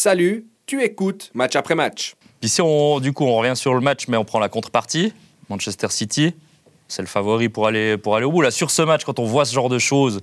salues, tu écoutes match après match. Puis si on, du coup, on revient sur le match, mais on prend la contrepartie, Manchester City, c'est le favori pour aller, pour aller au bout. Là, sur ce match, quand on voit ce genre de choses.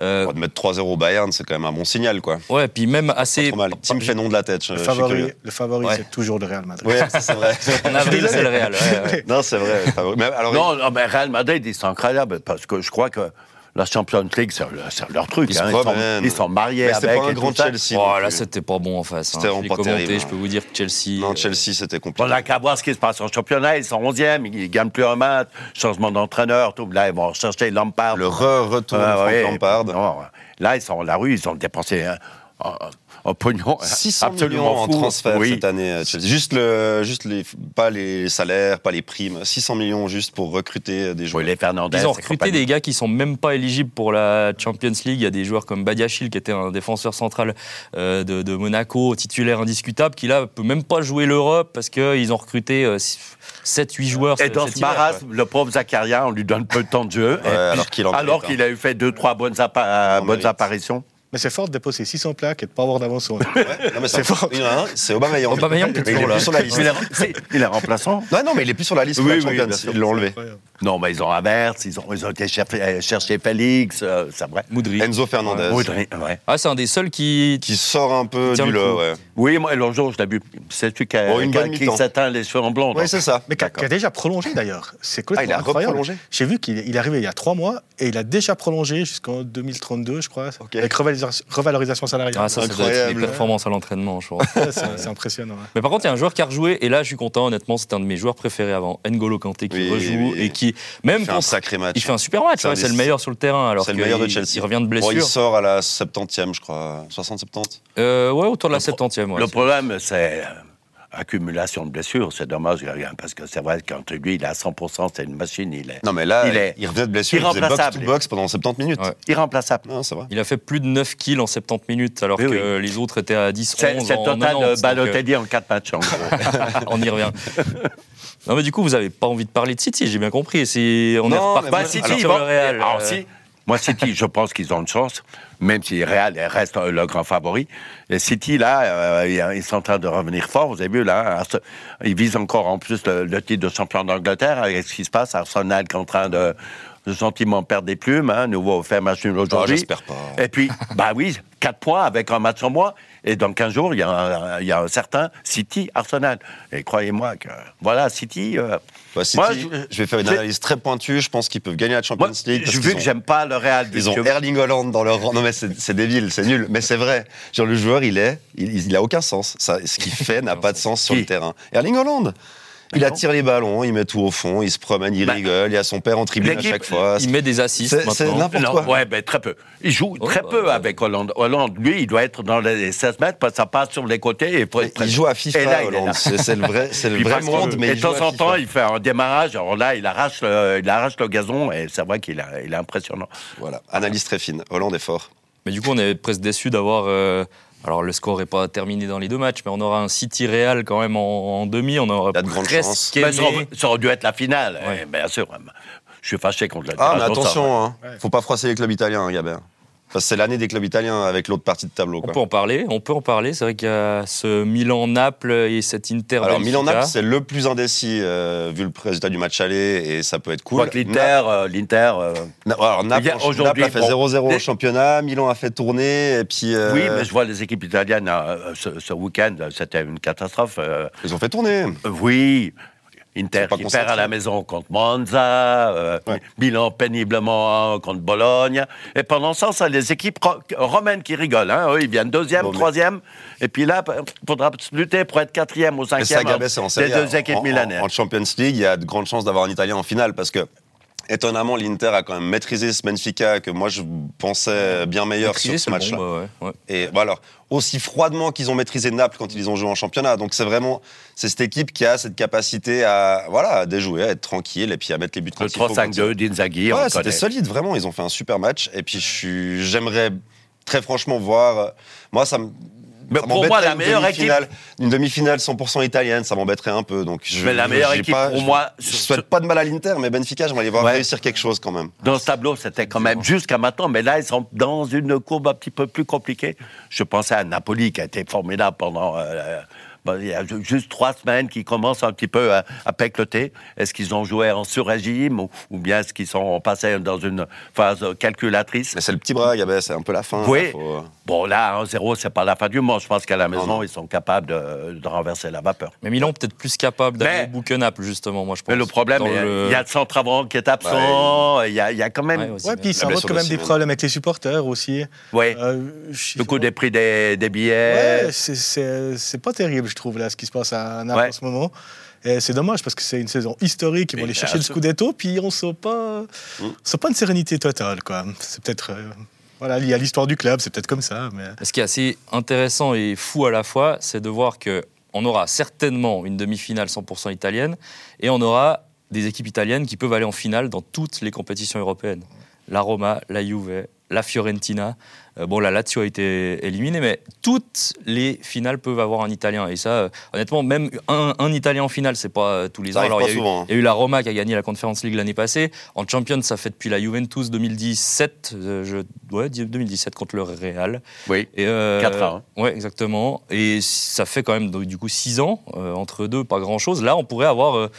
euh, On va te mettre 3-0 au Bayern, c'est quand même un bon signal, quoi. ouais, puis même assez. Pas trop mal. Ça me fait nom de la tête, je, Le je suis favori, curieux. le favori Ouais. c'est toujours le Real Madrid. Euh, Ouais, ça, c'est vrai. En avril, c'est le Real. ouais, ouais. non, c'est vrai. le favori. Mais alors, Non, non, mais Real Madrid, ils sont incroyables parce que je crois que la Champions League, c'est leur, c'est leur truc. Ils hein. se ils, sont, promènent. ils sont mariés Mais c'est avec. pas un et grand tout ça. Chelsea. non Oh, là, plus. c'était pas bon en face. hein. C'était Je l'ai vraiment pas commenté, terrible, Je hein. peux vous dire que Chelsea. Non, euh, Chelsea, c'était compliqué. On n'a qu'à voir ce qui se passe en championnat. Ils sont 11e, ils ne gagnent plus un match. Changement d'entraîneur, tout. Là, ils vont rechercher Lampard. Le re-retour Ah, de Frank ouais. Lampard. Non, là, ils sont à la rue, ils ont dépensé un, un- un pognon hein. 600 absolument millions en fou. transfert Oui. cette année. euh, Chelsea. Juste, le, juste les, pas les salaires, pas les primes. 600 millions juste pour recruter des joueurs. Oui, les Fernandez. Ils ont et recruté compagnie. des gars qui sont même pas éligibles pour la Champions League. Il y a des joueurs comme Badiachil, qui était un défenseur central euh, de, de Monaco, titulaire indiscutable, qui là peut même pas jouer l'Europe parce qu'ils ont recruté euh, 7-8 joueurs. Et cet- dans cet ce hiver, marasme, le pauvre Zakaria, on lui donne peu de temps de jeu. Ouais, Et puis- Euh, alors qu'il en alors mérite, qu'il a eu fait deux, trois bonnes, Il appa- en bonnes mérite. apparitions. Mais c'est fort de déposer 600 plaques et de pas avoir d'avance sur un. Ouais, non, mais C'est fort. Il y en a un, C'est Aubameyang. Aubameyang qui est Mais il est toujours là. plus sur la liste. Il est, c'est- il est remplaçant Non, non, mais il est plus sur la liste pour Oui, la oui, Champions. bien sûr. Ils l'ont enlevé. Incroyable. Non, mais ils ont Havertz, ils ont, ils ont été chercher, euh, chercher Félix, euh, c'est vrai. ouais. Euh, Moudry. Enzo Fernandez. Audrey, ouais. Ah, c'est un des seuls qui. Qui sort un peu Tiens du le lot, coup. ouais. Oui, moi, l'autre jour, je l'ai vu. C'est-tu qui a- Bon, Oh, une qui a- bonne qui mi-temps. s'atteint les cheveux en blanc Oui, non c'est ça. Mais qui a, D'accord. qui a déjà prolongé d'ailleurs. C'est Ah, complètement il a incroyable. reprolongé J'ai vu qu'il est- il est arrivé il y a trois mois et il a déjà prolongé jusqu'en 2032, je crois, Ok. avec revalorisa- revalorisation salariale. Ah, ça, ça doit être Incroyable. les performances à l'entraînement, je crois. Ouais, c'est c'est impressionnant. hein. ouais. Mais par contre, il y a un joueur qui a rejoué, et là, je suis content, honnêtement, c'est un de mes joueurs préférés avant. N'Golo Kanté qui Oui, rejoue oui. et qui, même Il fait un contre- sacré match. il fait un super match, C'est un ouais, des- c'est le meilleur sur le terrain. Alors C'est le que meilleur de il- Chelsea. Il revient de Bon, il blessure. sort à la 70e, je crois. 60-70 Euh, ouais, autour de la Le pro- 70e. ouais. Le problème, c'est euh, accumulation de blessures. C'est dommage, rien, parce que c'est vrai que quand lui, il est à 100%, c'est une machine, il est Non, mais là, il, Il est revenait de blessure. Il faisait box irremplaçable. to box pendant 70 minutes. Ouais. irremplaçable. Non, c'est vrai. Il a fait plus de 9 kills en 70 minutes, alors Oui, que oui. euh, les autres étaient à 10, C'est 11 c'est en le total 90, de donc, Balotelli en quatre matchs, en gros. euh, on y revient. non, mais du coup, vous n'avez pas envie de parler de City, j'ai bien compris. Si on est Non, reparti mais Bah, moi, City, alors, ils sur vont- le Real, alors, euh, si- moi, City, je pense qu'ils ont une chance, même si Real reste euh, le grand favori. Et City, là, euh, ils sont en train de revenir fort, vous avez vu, là. Ars- Ils visent encore, en plus, le, le titre de champion d'Angleterre. Avec ce qui se passe, Arsenal qui est en train de, de gentiment perdre des plumes, hein, nouveau fait match nul aujourd'hui. Ah, j'espère pas. Et puis, bah oui, 4 points avec un match en moins. Et dans 15 jours, il y, a un- il y a un certain City-Arsenal. Et croyez-moi que, voilà, City... euh, Bah, City, moi, je... vais faire une j'ai- analyse très pointue. Je pense qu'ils peuvent gagner la Champions Moi, League. parce je- qu'ils vu que ont- j'aime pas le Real, Ils ont je- Erling Holland dans leur rang. Non, mais c'est c'est débile, c'est nul. Mais c'est vrai. Genre, le joueur, il est. Il, il a aucun sens. Ça, ce qu'il fait n'a pas de sens sur Qui Ah le terrain. Erling Holland Il attire les ballons, il met tout au fond, il se promène, il Bah, rigole, il y a son père en tribune à l'équipe- chaque fois. il met des assists C'est- c'est maintenant. n'importe Non, quoi. ouais, ben, très peu. Il joue Oh, très bah, peu ouais. avec Hollande. Hollande, lui, il doit être dans les 16 mètres, parce que ça passe sur les côtés. Et Mais Il joue à FIFA, Et là, il est Hollande. là. C'est c'est le vrai, c'est le Puis vrai parce que- monde, mais et il de joue temps à en temps, FIFA. il fait un démarrage. Alors là, il arrache le, il arrache le gazon et c'est vrai qu'il a- il est impressionnant. Voilà, analyse très fine. Hollande est fort. Mais du coup, on est presque déçu d'avoir. euh, alors, le score n'est pas terminé dans les deux matchs, mais on aura un City Real quand même en, en demi. On aura Il y a de grandes presque chances. Bah, aimé- Mais Ben, ça, aurait- ça aurait dû être la finale, Ouais. eh, bien sûr. Je suis fâché contre la Ah, mais attention, hein. Ouais. faut pas froisser les clubs italiens, hein, Gabin. Parce que c'est l'année des clubs italiens avec l'autre partie de tableau. On quoi. peut en parler, on peut en parler. C'est vrai qu'il y a ce Milan-Naples et cette Inter. Alors, Benfica. Milan-Naples, c'est le plus indécis euh, vu le résultat du match aller et ça peut être cool. Contre l'Inter, euh, l'Inter. euh, Na- alors, Naples, Il y a en- aujourd'hui, Naples a fait bon, 0-0 au des- championnat, Milan a fait tourner, et puis. euh, Oui, mais je vois les équipes italiennes euh, ce, ce week-end, c'était une catastrophe. euh, Ils ont fait tourner. Oui. Inter pas qui concentré. perd à la maison contre Monza, euh, Ouais. Milan péniblement hein, contre Bologne. Et pendant ce temps, ça, les équipes ro- romaines qui rigolent. hein. Eux, ils viennent deuxième, Bon, mais- troisième. Et puis là, il faudra se lutter pour être quatrième ou Mais cinquième. Sagabet, hein, c'est en des Serie A. deux équipes En- en- milanaises. En, Champions League, il y a de grandes chances d'avoir un Italien en finale parce que. Étonnamment, l'Inter a quand même maîtrisé ce Benfica que moi je pensais bien meilleur Maîtrisé, sur c'est ce bon, match-là. bah ouais, ouais. Et voilà, aussi froidement qu'ils ont maîtrisé Naples quand ils ont joué en championnat. Donc c'est vraiment c'est cette équipe qui a cette capacité à voilà à déjouer, à être tranquille et puis à mettre les buts quand Le il faut, quand il- 3-5-2 d'Inzaghi, Ouais, on c'était connaît. solide, vraiment. Ils ont fait un super match. Et puis je suis- j'aimerais très franchement voir. Moi, ça me. Mais ça pour moi, m'embêterait la une meilleure équipe. demi-finale- Une demi-finale 100% italienne, ça m'embêterait un peu. Donc je, Mais la je- meilleure j'ai équipe pas- pour je- moi, Je sur- souhaite pas de mal à l'Inter, mais Benfica, j'aimerais les voir Ouais. réussir quelque chose quand même. Dans ce tableau, c'était quand même jusqu'à maintenant, mais là, ils sont dans une courbe un petit peu plus compliquée. Je pensais à Napoli, qui a été formidable pendant. euh, ben, il y a ju- juste trois semaines, qui commence un petit peu à, à pecloter. Est-ce qu'ils ont joué en sur-régime ou, ou bien est-ce qu'ils sont passés dans une phase calculatrice Mais c'est le petit bras, Gabet, c'est un peu la fin. Oui. là, faut- Bon, là, 1-0, c'est pas la fin du monde. Je pense qu'à la maison, non. ils sont capables de, de renverser la vapeur. Mais Milan peut-être plus capable d'aller Mais- au bout que Naples, justement, moi je pense. Mais le problème, Dans il y a- le- il y a Centravant qui est absent, il y a, il y a quand même. Ouais, aussi. Ouais, puis ils s'inventent blessure quand de même des Cyril. problèmes avec les supporters aussi. Eh, Ouais. Euh, je- le coup des prix des, des billets. Ouais, c'est- c'est c'est pas terrible, je trouve, là, ce qui se passe à Naples Ouais. en ce moment. Et c'est dommage parce que c'est une saison historique. Ils vont Mais aller bien chercher le sûr. Mm. Scudetto, puis on sent pas, on sent pas une sérénité totale, quoi. C'est peut-être. euh, voilà, il y a l'histoire du club, c'est peut-être comme ça. Mais... Ce qui est assez intéressant et fou à la fois, c'est de voir que on aura certainement une demi-finale 100% italienne et on aura des équipes italiennes qui peuvent aller en finale dans toutes les compétitions européennes. La Roma, la Juve, la Fiorentina. Euh, bon, la Lazio a été éliminée, mais toutes les finales peuvent avoir un Italien. Et ça, euh, honnêtement, même un, un Italien en finale, c'est pas euh, tous les Ça ans. arrive Alors, il y pas a eu- souvent, hein. il y a eu la Roma qui a gagné la Conference League l'année passée. En Champions, ça fait depuis la Juventus 2017, euh, je, ouais, 2017 contre le Real. Oui. Et euh, Quatre ans, hein. Ouais, exactement. Et ça fait quand même donc, du coup 6 ans euh, entre deux, pas grand chose. Là, on pourrait avoir euh,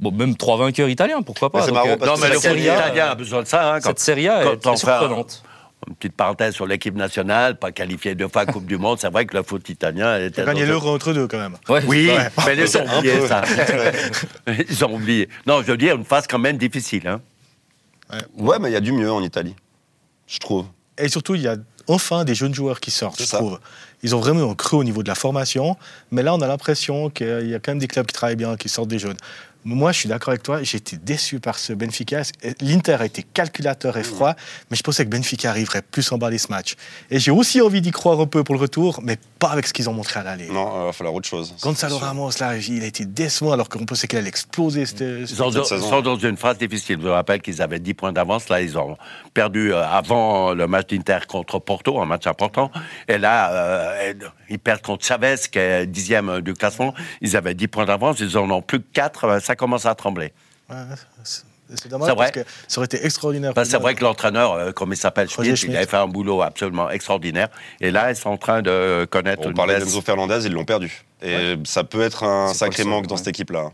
bon, même trois vainqueurs italiens, pourquoi pas. Mais c'est Donc, marrant euh, parce Non, que mais c'est le la Serie foot A, italien a besoin de ça. Hein, cette quand- Serie A quand est on très fait un- surprenante. Une petite parenthèse sur l'équipe nationale, pas qualifiée deux fois Coupe du Monde. C'est vrai que le foot italien était. Ils ont gagné dans un- l'euro entre deux, quand même. Ouais. Oui, Ouais. mais ils ont oublié peu. ça. ils ont oublié. Non, je veux dire, une phase quand même difficile. Hein. Ouais, mais il y a du mieux en Italie, je trouve. Et surtout, il y a enfin des jeunes joueurs qui sortent, C'est je ça. trouve. Ils ont vraiment cru au niveau de la formation, mais là, on a l'impression qu'il y a quand même des clubs qui travaillent bien, qui sortent des jeunes. Moi, je suis d'accord avec toi, j'étais déçu par ce Benfica. L'Inter a été calculateur et Mmh. froid, mais je pensais que Benfica arriverait plus en bas de ce match. Et j'ai aussi envie d'y croire un peu pour le retour, mais pas avec ce qu'ils ont montré à l'aller. Non, il va falloir autre chose. Gonzalo Ramos, là, il a été décevant alors qu'on pensait qu'il allait exploser. c'était- Ils sont, Cette ils saison. sont dans une phase difficile. Je vous rappelle qu'ils avaient 10 points d'avance. Là, ils ont perdu euh, avant le match d'Inter contre Porto, un match important. Et là, euh, ils perdent contre Chavez, qui est dixième du classement. Ils avaient 10 points d'avance. Ils en ont plus que 4. Ça commence à trembler. Ouais, c'est- C'est dommage C'est vrai. parce que ça aurait été extraordinaire. Enfin, pour c'est nous. vrai que l'entraîneur, euh, comme il s'appelle Roger Schmidt, il Schmidt. avait fait un boulot absolument extraordinaire. Et là, ils sont en train de connaître On une parlait baisse. d'Enzo Fernandez, ils l'ont perdu. Et ça peut être un C'est pas le sacré seul, manque dans ouais. cette équipe-là.